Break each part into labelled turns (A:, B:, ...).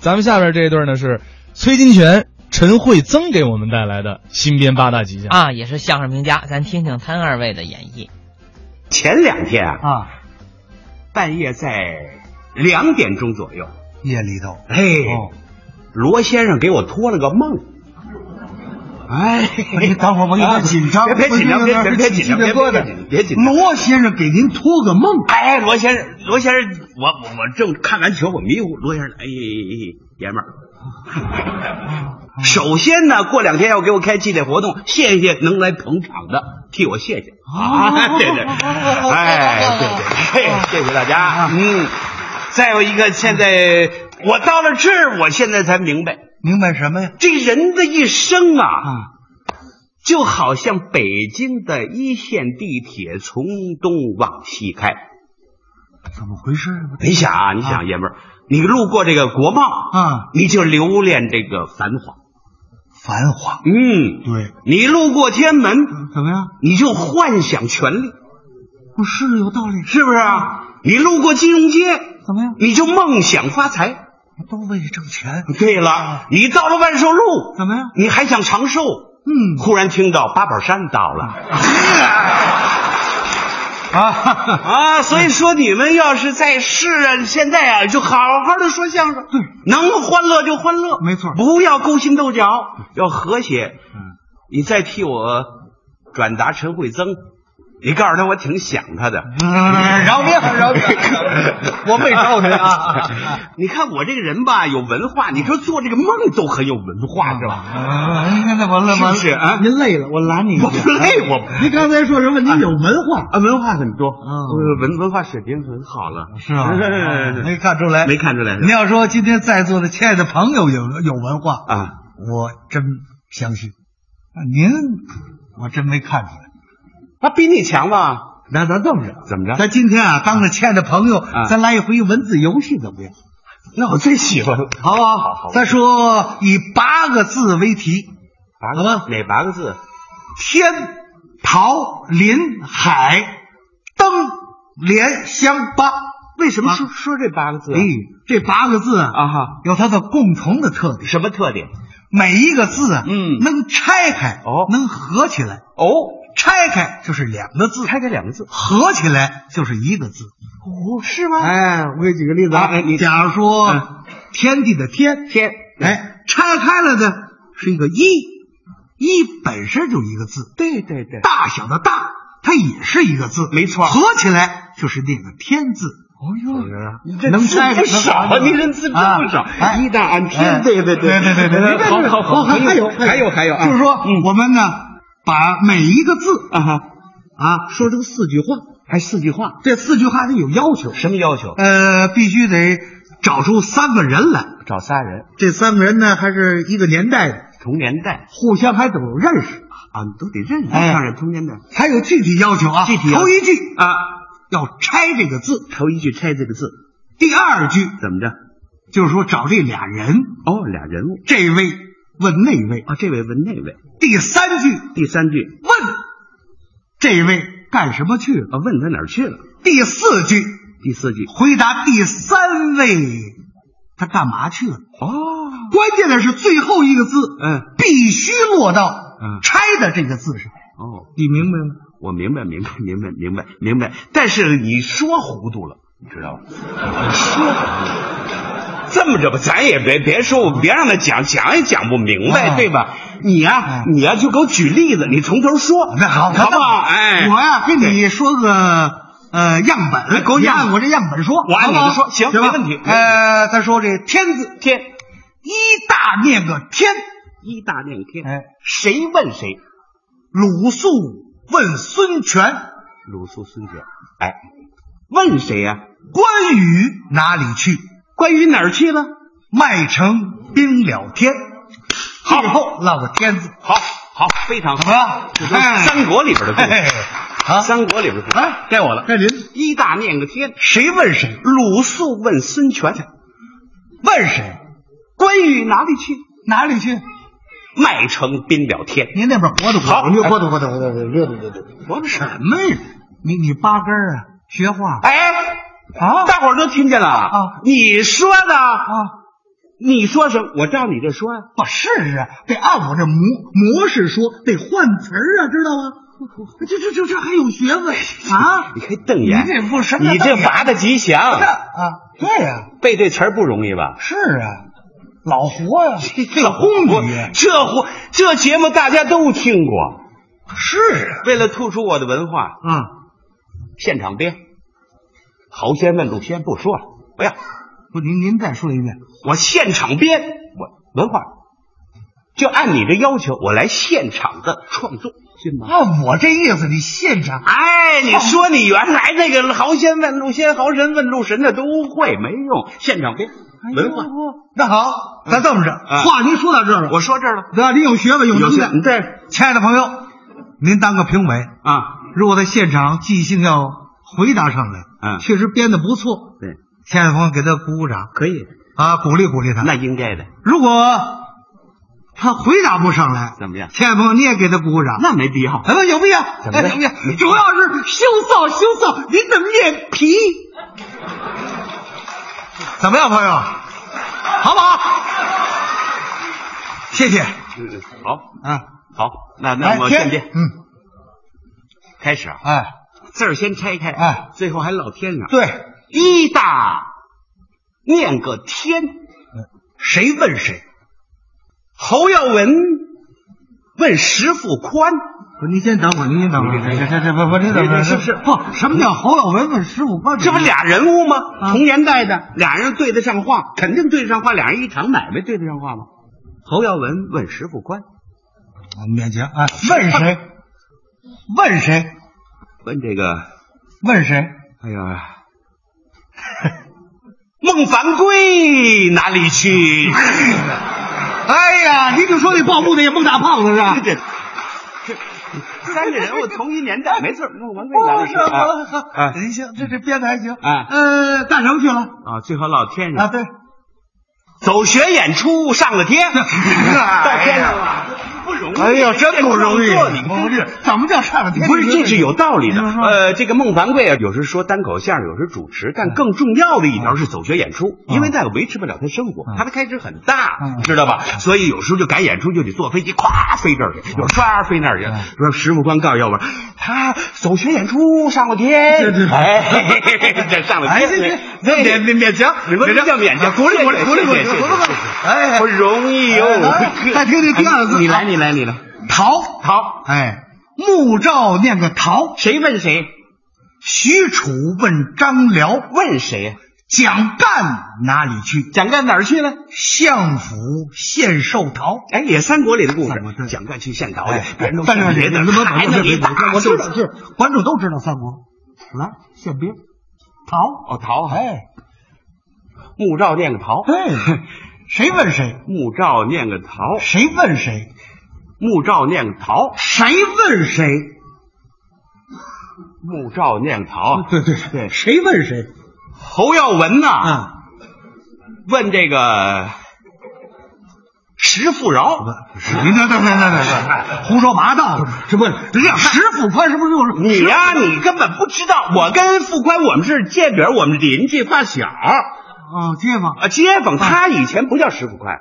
A: 咱们下边这一对呢是崔金泉、陈慧增给我们带来的新编八大吉祥。
B: 啊，也是相声名家，咱听听他二位的演绎。
C: 前两天啊，
D: 啊，
C: 半夜在两点钟左右，
D: 夜里头，
C: 嘿，
D: 哦，
C: 罗先生给我托了个梦。哎，啊
D: 您等会儿我有点紧张，
C: 别别紧张，别别别紧张，别
D: 别
C: 别
D: 的
C: 别紧张，别紧张。
D: 罗先生给您托个梦，
C: 哎，罗先生，罗先生，我我我正看完球，我迷糊。罗先生，哎，爷们儿，首先呢，过两天要给我开纪念活动，谢谢能来捧场的，替我谢谢啊！对对，哎，对对，嘿，谢谢大家。嗯，再有一个，现在我到了这儿，我现在才明白，
D: 明白什么呀？
C: 这人的一生啊，
D: 啊，
C: 就好像北京的一线地铁从东往西开。
D: 怎么回事啊？
C: 你想啊，你想、
D: 啊
C: 爷们儿，你路过这个国贸，
D: 啊，
C: 你就留恋这个繁华。
D: 繁华，
C: 嗯，
D: 对，
C: 你路过天安门，
D: 怎么样？
C: 你就幻想权力，
D: 不是有道理，
C: 是不是啊？你路过金融街，
D: 怎么样？
C: 你就梦想发财。
D: 都为挣钱，
C: 对了
D: 啊，
C: 你到了万寿路，
D: 怎么样？
C: 你还想长寿，
D: 嗯
C: 忽然听到八宝山到了。
D: 啊，
C: 啊，所以说你们要是在世啊，现在啊，就好好的说相声，
D: 对，
C: 能欢乐就欢乐，
D: 没错
C: 不要勾心斗角，要和谐。嗯，你再替我转达陈慧增，你告诉他我挺想他的。
D: 饶命饶 命，我没招他啊，
C: 你看我这个人吧，有文化，你说做这个梦都很有文化，是吧？
D: 啊，现在完了完了，您累啊了，我拦你一下，
C: 我不累，我
D: 您刚才说什么？您有文化
C: 啊，文化很多，呃
D: 嗯
C: 文文化水平很好了，
D: 是 啊，
C: 是是是是
D: 没看出来，
C: 没看出来是吧
D: 您要说今天在座的亲爱的朋友有有文化，
C: 啊。
D: 我真相信。您，我真没看出来。
C: 他比你强吧？
D: 那咱这么着，
C: 怎么着啊
D: 咱今天啊，当着亲爱的朋友，咱来一回文字游戏，怎么样？
C: 那我最喜欢了，
D: 好不好？
C: 好好
D: 再说以八个字为题：
C: 八
D: 好吧
C: 哪八个字？
D: 天、桃、林、海、灯、莲、香、八。为什
C: 说说这八个字
D: 哎，这八个字
C: 啊哈，
D: 有它的共同的特点，
C: 什么特点？
D: 每一个字啊，
C: 嗯
D: 能拆开，
C: 哦
D: 能合起来。
C: 哦，
D: 拆开就是两个字，
C: 拆开两个字。
D: 合起来就是一个字。
C: 哦，是吗？
D: 哎，我给你举个例子
C: 啊哎你
D: 假如
C: 嗯
D: 说天地的天，
C: 天，
D: 哎，拆开了的是一个一，一本身就一个字，
C: 对对对，
D: 大小的大，它也是一个字，
C: 没错
D: 合起来就是那个天字。
C: 哦
D: 你这能拆开
C: 不少，你这字不少，一大按天，对对
D: 对
C: 啊哎对
D: 对对，
C: 好好好，
D: 还还有哎
C: 还有还有，
D: 就是说
C: 嗯
D: 我们呢，把每一个字
C: 啊哈，
D: 啊说成四句话，
C: 还四句话，
D: 这四句话它有要求，
C: 什么要求？
D: 呃，必须得找出三个人来。
C: 找仨人，
D: 这三个人呢，还是一个年代的，
C: 同年代
D: 互相还得有认识。
C: 啊，你都得认识
D: 哎
C: 上人同年代
D: 还有具体要求啊，
C: 具体要求
D: 头一句
C: 啊，
D: 要拆这个字，
C: 头一句拆这个字
D: 第二句
C: 怎么着？
D: 就是说找这俩人，
C: 哦，俩人物
D: 这位问那位，
C: 啊，这位问那位，
D: 第三句
C: 第三句
D: 问这位干什么去了，
C: 啊，问他哪儿去了？
D: 第四句
C: 第四句
D: 回答第三位他干嘛去了。
C: 哦，
D: 关键的是最后一个字，
C: 嗯，
D: 必须落到
C: 嗯
D: 拆的这个字上，
C: 哦，
D: 你明白吗？
C: 我明白，明 白，明白，明白，明白。但是你说糊涂了，你知道吗？说糊涂了。这么着吧，咱也别别说，我别让他讲，讲也讲不明白，
D: 啊
C: 对吧？你呀、
D: 哎
C: 你呀、就给我举例子，你从头说，
D: 啊那好，
C: 好不好？哎，
D: 我呀给你说个呃样
C: 哎
D: 本，
C: 给我
D: 你
C: 样本
D: 按我这样本说，
C: 我按你的
D: 好不好
C: 说行
D: 行吧
C: 没问题
D: 呃，他说这天字
C: 天
D: 一大念个天，
C: 一大念天，
D: 哎，
C: 谁问谁？
D: 鲁肃问孙权，
C: 鲁肃、孙权，哎，问谁呀、
D: 关羽哪里去？
C: 关羽哪儿去了？
D: 麦城冰了天，
C: 好
D: 最后落个天字，
C: 好，好，非常
D: 怎么样？
C: 这都是三国里边的故事。
D: 哎，啊，
C: 三国里边的
D: 哎，
C: 该我了。
D: 这您
C: 一大念个天，
D: 谁问谁？
C: 鲁肃问孙权，
D: 问谁？
C: 关羽哪里去？
D: 哪里去？
C: 麦城宾了天。
D: 您那边活动活
C: 好
D: 动，活动活动活动，溜达溜达。
C: 我们
D: 哎什么呀？你你八根儿啊，学话
C: 哎，
D: 啊
C: 大伙儿都听见了
D: 啊
C: 你说呢？
D: 啊！
C: 你说什么？我照你这说呀、
D: 不是啊，得按我这模模式说，得换词儿啊，知道吗？这这这这还有学问啊！
C: 你还瞪眼，
D: 你这不什么叫
C: 你这
D: 瞪眼
C: 拔的吉祥，
D: 啊，对呀、
C: 背这词儿不容易吧？
D: 是啊，老活 呀、
C: 这
D: 功底
C: 这活这节目大家都听过。
D: 是啊，
C: 为了突出我的文化，
D: 啊，
C: 现场编，豪先问路先不说了，不要，
D: 不，您您再说一遍，
C: 我现场编，我文化，就按你的要求，我来现场的创作，信吗？
D: 按我这意思，你现场
C: 哎，你说你原来那个豪先问路先，豪神问路神的都会，没用，现场编文化。
D: 哎那好，咱这么着，
C: 啊
D: 话您说到这儿了，
C: 我说这儿了，
D: 对吧？您有学嗯问，有能
C: 你
D: 耐。
C: 这
D: 亲爱的朋友，您当个评委，
C: 嗯啊，
D: 如果在现场即兴要回答上来，
C: 嗯
D: 确实编的不错，
C: 对，
D: 亲爱的朋友给他鼓鼓掌
C: 可以，
D: 啊，鼓励鼓励他。
C: 那应该的，
D: 如果他回答不上来，
C: 怎么样？
D: 亲爱的朋友你也给他鼓鼓掌。
C: 那没必要。
D: 咱们有必要，
C: 怎么
D: 哎，
C: 了
D: 有必要。主要是羞臊羞臊您的面皮，怎么样，朋友？好不好？谢谢
C: 嗯好，
D: 啊！
C: 好，那那我先编，
D: 嗯，
C: 开始啊，
D: 哎，
C: 字儿先拆开，
D: 哎，
C: 最后还落天上。，
D: 对，
C: 一大念个天，
D: 谁问谁？
C: 侯耀文问石富宽，
D: 不，您先等会儿，您先等会儿，这这这不不，这怎么
C: 是不哦嗯是
D: 不，什么叫侯耀文问十五官？
C: 这不俩人物吗？
D: 啊
C: 同年代的，俩人对得上话，肯定对得上话，俩人一场买卖对得上话吗？侯耀文问石富宽，
D: 勉强啊？问谁？问谁？
C: 问这个，
D: 问谁？
C: 哎呀。 孟凡贵哪里去？
D: 哎呀，您就说那报幕的也孟大胖子是吧？
C: 这这这三个人物同一年代，没错，孟凡贵哪
D: 哦，
C: 里去
D: 是好
C: 啊？
D: 了好
C: 啊
D: 了，您哎行，这这编的还行。
C: 啊
D: 呃，干什么去了？
C: 啊，最后落天
D: 啊，
C: 上，
D: 对，
C: 走学演出上了 天，到
D: 哎
C: 天上了，不容易。
D: 我
C: 你
D: 哎不是，怎哎么叫上了天？
C: 不是，这是有道理的。
D: 你说说
C: 呃，这个孟凡贵啊，有时说单口相声，有时主持，但更重要的一条是走学演出，因为那个维持不了他生活，他的开支很大，
D: 嗯
C: 知道吧？所以有时候就赶演出就得坐飞机，咵飞这儿去，有时候唰飞那儿去。说石富宽告诉要不然他走学演出上了天
D: 对对，对
C: 哎，这上了
D: 哎，
C: 天，
D: 这这
C: 对
D: 这勉勉强，
C: 你们这叫勉强，
D: 啊鼓励鼓励鼓励鼓
C: 谢
D: 励
C: 谢
D: 鼓励鼓
C: 谢
D: 励
C: 谢，
D: 哎，
C: 不容易哟
D: 哎。再听听第二个字
C: 你来，你来，你来。
D: 陶，
C: 好，
D: 哎，穆兆念个陶，
C: 谁问谁？
D: 许褚问张辽，
C: 问谁呀？
D: 蒋干哪里去？
C: 蒋干哪儿去了？
D: 相府献寿桃。
C: 哎，也三国里的故
D: 三国对
C: 事。蒋干去献桃
D: 哎
C: 去，别人都
D: 但
C: 献
D: 是
C: 别的，
D: 不不
C: 还
D: 不
C: 能一
D: 别
C: 大
D: 我知道，
C: 是
D: 是观众都知道三国，来现编，陶，
C: 哦，桃还
D: 哎，
C: 穆兆念个桃，
D: 对，谁问谁，
C: 穆兆念个桃，
D: 谁问谁，
C: 穆兆念个桃，
D: 谁问谁，
C: 穆兆念个桃。
D: 对对
C: 对
D: 谁问谁
C: 侯耀文呐，
D: 啊？
C: 问这个石富饶，
D: 您这这这这这胡说八道，这不这叫石富宽是不是就是
C: 你呀、你根本不知道，我跟傅宽我们是街比儿，我们邻居发小
D: 啊街坊
C: 啊，街坊。他以前不叫石富宽，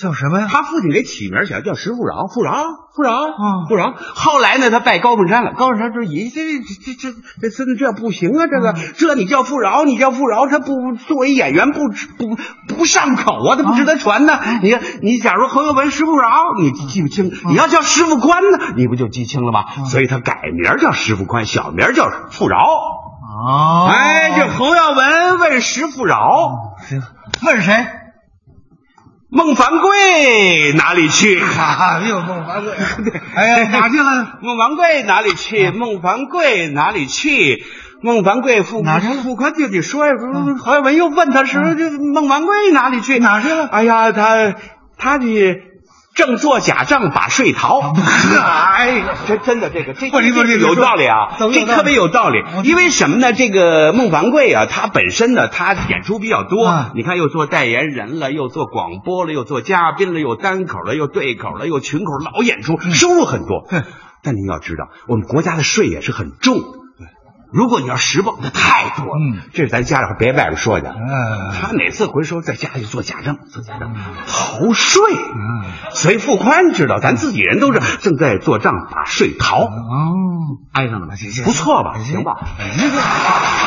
D: 叫什么呀？
C: 他父亲给起名儿小叫石富饶，富饶，富饶，
D: 嗯
C: 富饶。后来呢，他拜高凤山了，高凤山说：“咦，这这这这这孙子这不行啊，这个、
D: 嗯
C: 这你叫富饶，你叫富饶，他不作为演员不不不上口
D: 嗯
C: 啊，他不值得传呢、你看，你假如侯耀文石富饶，你
D: 嗯
C: 记不清；你要叫石富宽呢，你不就记清了吗？所以他改名儿叫石富宽，小名儿叫富饶。
D: 哦
C: 哎，这侯耀文问石富饶，
D: 行，问谁？
C: 孟凡贵哪里去？
D: 啊，又孟凡贵， 哎呀， 哪去了？
C: 啊孟凡贵哪里
D: 啊
C: 去？孟凡贵哪里去？孟凡贵傅
D: 哪去了啊
C: 傅宽就得说呀，侯耀文又问他说：“这孟凡贵哪里去？
D: 哪去了
C: 哎呀，他他去正做假账把税
D: 啊
C: 逃。 哎呀，这真的这个这
D: 不是
C: 这
D: 不是
C: 这
D: 你说
C: 有道理啊，
D: 怎么
C: 这
D: 有道理
C: 特别有道理。因为什么呢？这个孟凡贵啊，他本身呢，他演出比较多
D: 啊。
C: 你看，又做代言人了，又做广播了，又做嘉宾了，又单口了，又对口了，又群口，嗯老演出，收入很多。但您要知道，我们国家的税也是很重。如果你要实报，那太多了。
D: 嗯
C: 这是咱家里边别外边说去。
D: 嗯
C: 他哪次回收在家里做假证，做假证逃税。
D: 嗯
C: 随付宽知道，咱自己人都是正在做账，把税逃，
D: 哦，
C: 挨上了吧？不错吧？嗯行吧？嗯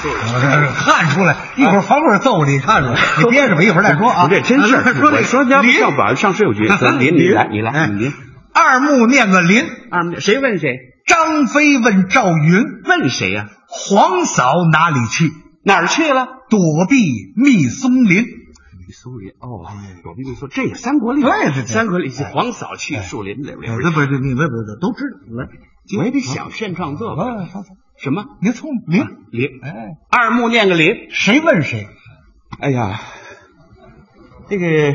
D: 我这看出来，一会儿反会儿揍你，看 出来，你憋着吧，一会儿再说
C: 不
D: 啊。
C: 啊这真事儿。
D: 说
C: 我说要不上
D: 吧，
C: 法上税务局，咱您哎你来，你来，您
D: 二木念个林，
C: 二木啊谁问谁？
D: 张飞问赵云，
C: 问谁呀？
D: 皇嫂哪里去？
C: 哪儿去了？
D: 躲避密松林。
C: 李松林哦，我们就说这也三国里，
D: 对对对
C: 三国里黄嫂去树林里边，
D: 不是你们不是都知道，啊来，
C: 我也得想现创作吧。什么
D: 您聪明，
C: 林？
D: 哎，
C: 二木念个林。
D: 谁问谁？
C: 哎呀，那个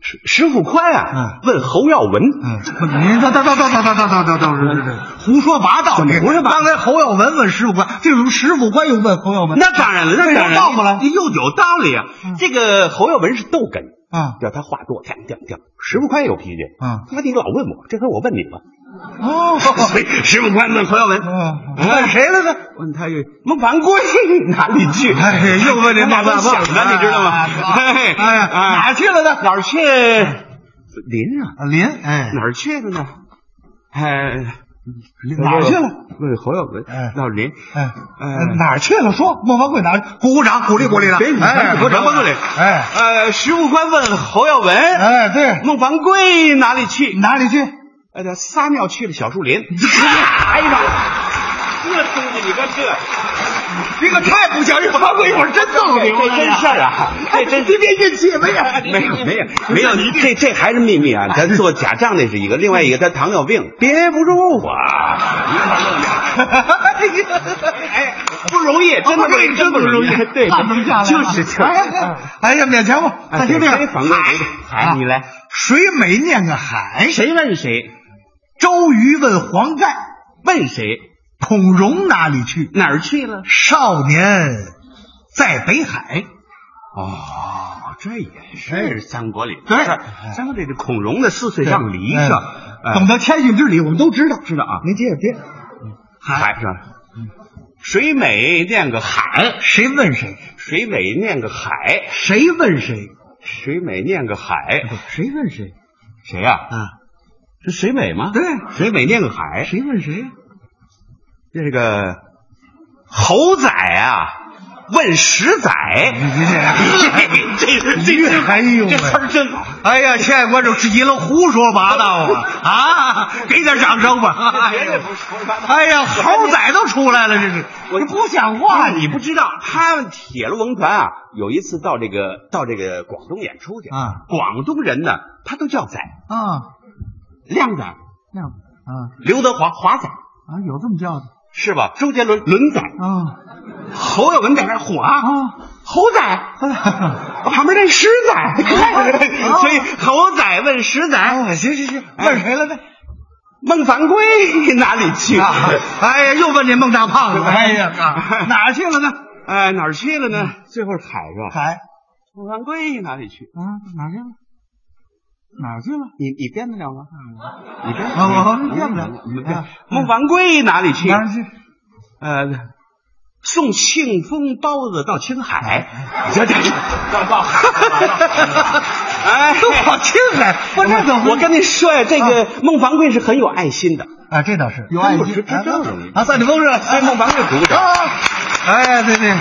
C: 石石富宽啊，问侯耀文，
D: 嗯，不您等等等等等等等等等等，胡说八道！
C: 怎么
D: 你
C: 胡说八道
D: 刚才侯耀文问石富官，这种石富官又问侯耀文，
C: 那当然了，那当然
D: 那倒过来
C: 又有道理啊。
D: 嗯
C: 这个侯耀文是逗哏，
D: 啊
C: 叫他话多，讲讲讲。石富宽有脾气，
D: 啊
C: 他你老问我，这回我问你 吧。
D: 哦，
C: 所以石富宽问侯耀文，
D: 哦
C: 问谁来着？问他是孟凡贵哪里去？
D: 哎，又问这
C: 那
D: 孟
C: 都
D: 凡
C: 想的，你知道吗？
D: 哎哎呀，哪
C: 哪
D: 儿去了呢？
C: 哪儿去？林啊，
D: 啊林，哎，
C: 哪儿去了呢？哎，
D: 哪儿去了？？
C: 问侯耀文
D: 哎，
C: 到林，
D: 哎
C: 哎，
D: 哪儿去了？说孟凡贵哪儿去？鼓鼓掌，鼓励鼓励的。
C: 别你
D: 哎，
C: 鼓掌
D: 鼓
C: 鼓励
D: 哎
C: 呃，石富宽问侯耀文，
D: 哎，对，
C: 孟凡贵哪里去？
D: 哪里去？
C: 呃，他撒尿去了小树林，挨上了。这东西，你看这。
D: 这个太不讲理！孟凡贵一会儿真揍你！
C: 这真事儿啊，这真
D: 今天运气没有，
C: 没有没有没有，这这还是秘密啊！咱做假账那是一个，另外一个他糖尿病憋不住啊，
D: 哎，
C: 不容 易，真的
D: 不容易啊
C: 真不容易
D: 哦真不，
C: 对，
D: 看不下来了
C: 就是就是。
D: 哎呀哎呀，勉强吧，再听听。
C: 谁反过来？哎，你来，
D: 水美啊念个海，
C: 谁问谁？
D: 周瑜问黄盖，
C: 问谁？
D: 孔融哪里去？
C: 哪儿去了？
D: 少年在北海。
C: 哦，这也是三国里的
D: 对
C: 事儿三国里的孔融的四岁让梨
D: 哎
C: 是吧？
D: 懂
C: 呃
D: 得谦逊之礼，我们都知道。
C: 知道啊
D: 您接着编。
C: 海是吧？水美念个海，
D: 谁问谁？
C: 水美念个海，
D: 谁问谁？
C: 水美念个海，
D: 谁问谁？
C: 谁呀、
D: 啊，
C: 是水美吗？
D: 对，
C: 水美念个海，
D: 谁问谁？
C: 啊这个猴仔啊，问石仔，
D: 你这
C: 这这这，
D: 哎呦喂
C: 这词儿真好。
D: 哎呀，亲爱的观众，是一楼胡说八道啊！啊，给点掌声吧！
C: 绝对不是胡说八道
D: 哎呀，猴仔都出来了，这是
C: 我
D: 你不像话，
C: 你
D: 你
C: 不知道，他们铁路文团啊，有一次到这个到这个广东演出去
D: 啊，
C: 广东人呢，他都叫仔、
D: 啊，
C: 亮仔、
D: 那啊
C: 刘德华华仔
D: 啊，有这么叫的
C: 是吧？周杰伦伦仔，
D: 啊
C: 侯耀文在那儿火啊，猴 仔。
D: 啊！
C: 旁边那石 仔，所以猴仔问石仔，
D: 哎，行行行，问谁了呢？
C: 孟凡贵哪里去？
D: 啊哎呀，又问这孟大胖子，哎呀，啊哪儿去了呢？
C: 哎，哪儿去了呢？最后海是吧？
D: 海
C: 孟凡贵哪里去？
D: 啊，哪儿去了？哪儿去了？
C: 你你编得了吗？你编
D: 啊我我编不了
C: 你们编
D: 啊
C: 孟凡贵哪里去
D: 哪？儿去？
C: 呃，送庆丰包子到青海，这这这到到海。哎，
D: 都跑青海，我这怎么？
C: 我跟你说呀，这个孟凡贵是很有爱心的。
D: 啊，这倒是有
C: 爱
D: 爱
C: 心
D: 心，
C: 哎这容易
D: 啊，算你风热，哎，
C: 孟凡贵鼓掌
D: 啊，哎，对对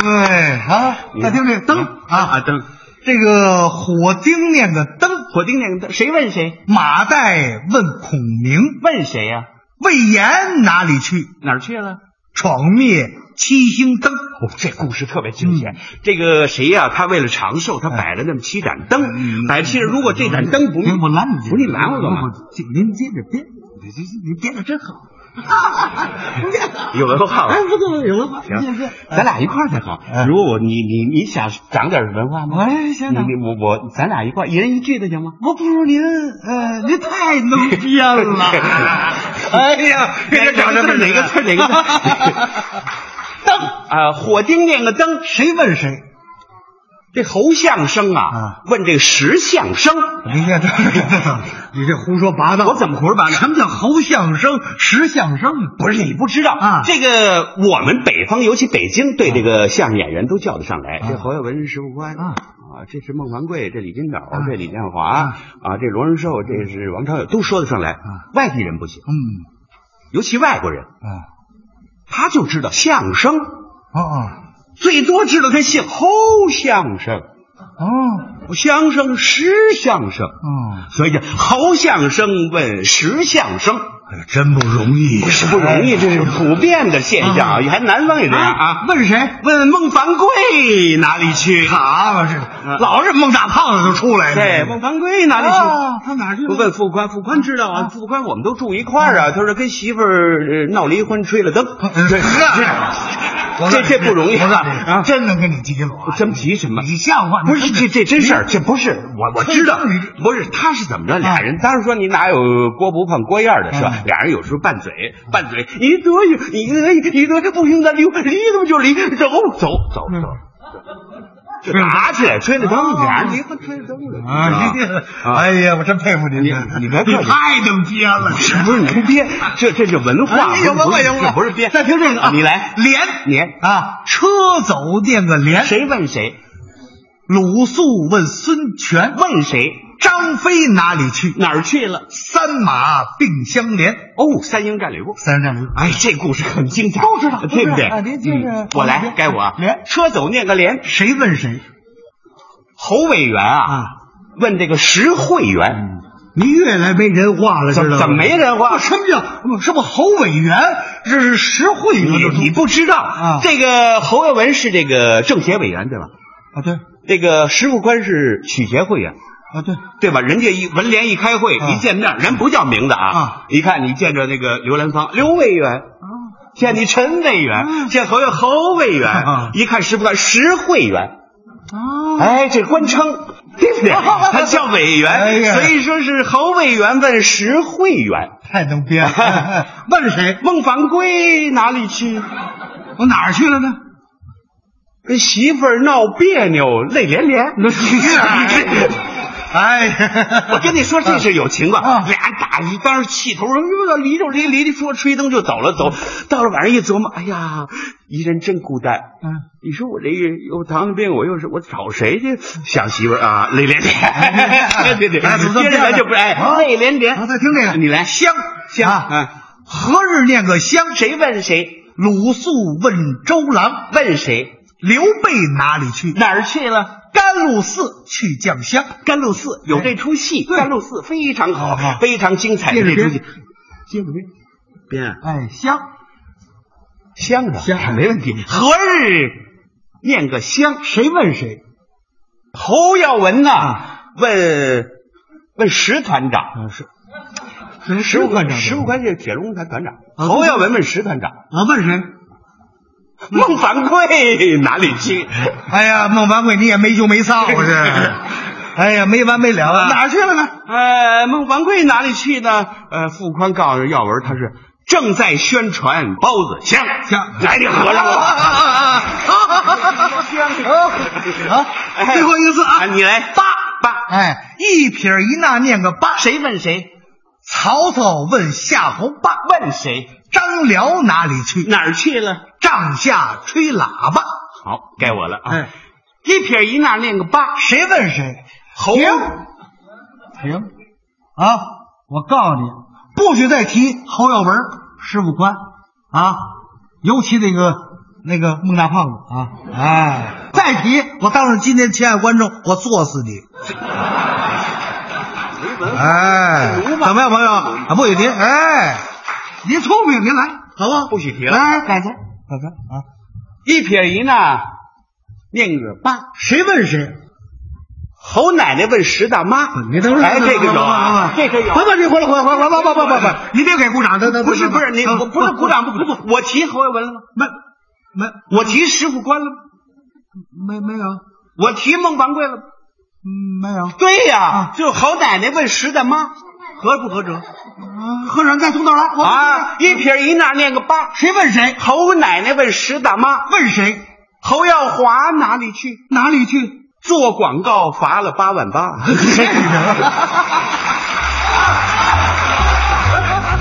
D: 对啊，再听这灯
C: 啊
D: 啊，
C: 灯，
D: 这个火丁念的灯，
C: 火丁那个谁问谁？
D: 马岱问孔明，
C: 问谁呀、
D: 魏延哪里去？
C: 哪儿去了？
D: 闯灭七星灯，
C: 哦，这故事特别惊险。这个谁呀、他为了长寿，他摆了那么七盏灯，摆七盏。嗯如果这盏灯不灭，
D: 哎我拦你，
C: 不是你拦我干嘛？
D: 您接着编，您编的真好，
C: 有文化了
D: 哎，。不错，有文化，
C: 行
D: 行，
C: 咱俩一块儿才好
D: 哎。
C: 如果我你你你想长点文化吗？
D: 哎行
C: 你
D: 长
C: 你我我咱俩一块儿，一人一句的行吗？
D: 我不如您，呃，您太能编 了。哎呀，
C: 哪个
D: 掌声
C: 字哪个字哪个字 呃
D: 灯，
C: 啊，火丁念个灯，
D: 谁问谁？
C: 这侯相声啊，
D: 啊哎
C: 问这石相声，
D: 你这你这胡说八道！
C: 我怎么胡说八道
D: 什么叫侯相声、石相声？
C: 不是你不知道
D: 啊
C: 这个我们北方，尤其北京，对这个相声演员都叫得上来。这侯耀文、石富宽
D: 啊
C: 啊，这是孟凡贵，这李金斗，
D: 啊
C: 这李建华啊，这罗仁寿，这是王朝友，都说得上来。
D: 啊
C: 外地人不行，
D: 嗯
C: 尤其外国人，
D: 啊
C: 他就知道相声，
D: 哦哦
C: 最多知道他姓侯相声、
D: 哦
C: 相声、石相声，
D: 哦，
C: 所以叫侯相声问石相声。
D: 哎呀真不容易呀，
C: 是不容易，
D: 哎
C: 这是普遍的现象，
D: 啊
C: 还南方也这样啊。
D: 问谁？
C: 问孟凡贵哪里去？
D: 好嘛，
C: 嗯
D: 这老是孟大胖子就出来了。
C: 对，孟凡贵哪里去？
D: 啊，他哪去了？
C: 不问傅宽，傅宽知道啊，傅宽我们都住一块儿啊。他说跟媳妇儿呃闹离婚，吹 了灯。
D: 嗯，对，
C: 这这不容易
D: 我告诉你
C: 啊
D: 真能跟你急了啊！
C: 真急什么？
D: 你像话吗？
C: 不是这这真事儿，这不是我我知道
D: 这是，
C: 不是他是怎么着？俩
D: 啊
C: 人当然说你哪有锅不碰锅沿儿的事
D: 嗯，
C: 俩人有时候拌嘴拌嘴，你得有你得你得这不行，咱离婚离怎么就离？走走走
D: 嗯
C: 走，就打起来吹了灯，
D: 啊
C: 俩人离婚吹了灯了
D: 啊！
C: 你
D: 你
C: 知道吗
D: 这 哎呀，我真佩服您，哎
C: 你你别客气
D: 太能憋了。
C: 是不是您憋？这这是文化，
D: 啊哎有文
C: 不
D: 化
C: 是
D: 有文化
C: 不是憋。
D: 再听这个啊
C: 你来
D: 连
C: 连，
D: 啊，车走见个连，
C: 谁问谁？
D: 鲁肃问孙权，
C: 问谁？
D: 张飞哪里去？
C: 哪儿去了？
D: 三马并相连，
C: 哦，三英战吕布。
D: 三十战吕布。
C: 哎，这故事很精彩，
D: 都知道都知道
C: 对不对？
D: 啊您接着
C: 嗯我来，该我啊
D: 连
C: 车走念个连，
D: 谁问谁
C: 侯委员啊，
D: 啊？
C: 问这个石会员，
D: 你越来没人话了，
C: 怎
D: 知道吗？
C: 怎么没人话
D: 不什么叫什么侯委员？这是实惠员
C: 你你不知道
D: 啊
C: 这个侯耀文是这个政协委员对吧？
D: 啊？对
C: 这个石富宽是曲协会员。
D: 啊，对
C: 对吧？人家一文联一开会，
D: 啊
C: 一见面，人不叫名字啊，
D: 啊
C: 一看你见着那个刘兰芳，刘委员，
D: 啊，
C: 见你陈委员，见侯侯委员，
D: 哦啊
C: 一看石富宽石会员，
D: 啊，
C: 哎，这官称对不对？他叫委员，
D: 哎呀
C: 所以说是侯委员问石会员。
D: 太能编了。 问谁？
C: 孟凡贵哪里去？
D: 我哪儿去了呢？
C: 跟媳妇儿闹别扭，泪连连。
D: 哎呀，
C: 我跟你说，这是有情况，
D: 啊
C: 俩人打一当时气头，说离就离，离就说吹灯就走了，走到了晚上一琢磨，哎呀，一人真孤单。
D: 嗯，
C: 你说我这个有糖尿病，我又是我找谁去？想媳妇儿啊，泪连
D: 哎
C: 连，对对，
D: 哎怎么这么
C: 接着咱就不哎，
D: 啊
C: 泪连连
D: 啊。再听这个
C: 你来
D: 香
C: 香
D: 啊，
C: 啊，
D: 何日念个香？
C: 谁问谁？
D: 鲁肃问周郎，
C: 问谁？
D: 刘备哪里去？
C: 哪儿去了？
D: 甘露寺去酱香。
C: 甘露寺有这出戏，
D: 哎对
C: 甘露寺非常好
D: 啊，
C: 非常精彩
D: 接
C: 的
D: 着
C: 这出戏
D: 编。
C: 接着编，编啊
D: 哎，香
C: 香啊，
D: 香
C: 没问题。何日念个香？
D: 谁问谁？
C: 侯耀文呐、问问石团长，
D: 啊是，
C: 石
D: 十五块钱，
C: 石五块是铁路团团长。
D: 啊
C: 侯耀文问石团长，
D: 我问谁？
C: 孟凡贵哪里 去？
D: 哎呀，孟凡贵，你也没羞没臊啊！这， 哎呀，没完没了啊！
C: 哪儿去了呢？呃，孟凡贵哪里去呢？呃，傅宽告诉耀文，他是正在宣传包子香
D: 香
C: 来，你合上吧。
D: 啊，最后一个字
C: 啊，
D: 啊，
C: 你来八八，
D: 哎，一撇一捺念个八。
C: 谁问谁？
D: 曹操问夏侯霸，
C: 问谁？
D: 张辽哪里去？
C: 哪儿去了？
D: 帐下吹喇叭。
C: 好，该我了啊！，
D: 哎
C: 一撇一捺念个八，
D: 谁问谁？
C: 侯
D: 停停啊！我告诉你，不许再提侯耀文、石富宽啊，尤其那个那个孟大胖子啊，哎，再提我告诉今天亲爱的观众，我作死你！哎，怎么样，朋友？啊，不许提！哎，您聪明，您来，好啊不好？
C: 不许提了
D: 来，改词，改词啊！
C: 一撇一捺念个八，
D: 谁问谁？
C: 侯奶奶问石大妈，
D: 啊你等会儿，
C: 哎，这个有啊，这个有。
D: 不不，这回来回来回来，不不不不不，你别给鼓掌，等等，
C: 不是不是，你我不是鼓，掌不不不，我提侯耀文了吗？
D: 没没
C: 我提石富宽了吗？
D: 没没有，嗯
C: 我提孟凡贵了吗？
D: 没有
C: 对呀
D: 啊，
C: 就侯奶奶问石大妈，合不合辙
D: 啊，和尚再从头来，我
C: 啊？一撇一捺念个八，
D: 谁问谁？
C: 侯奶奶问石大妈，
D: 问谁？
C: 侯耀华哪里去？
D: 哪里去？
C: 做广告罚了八万八。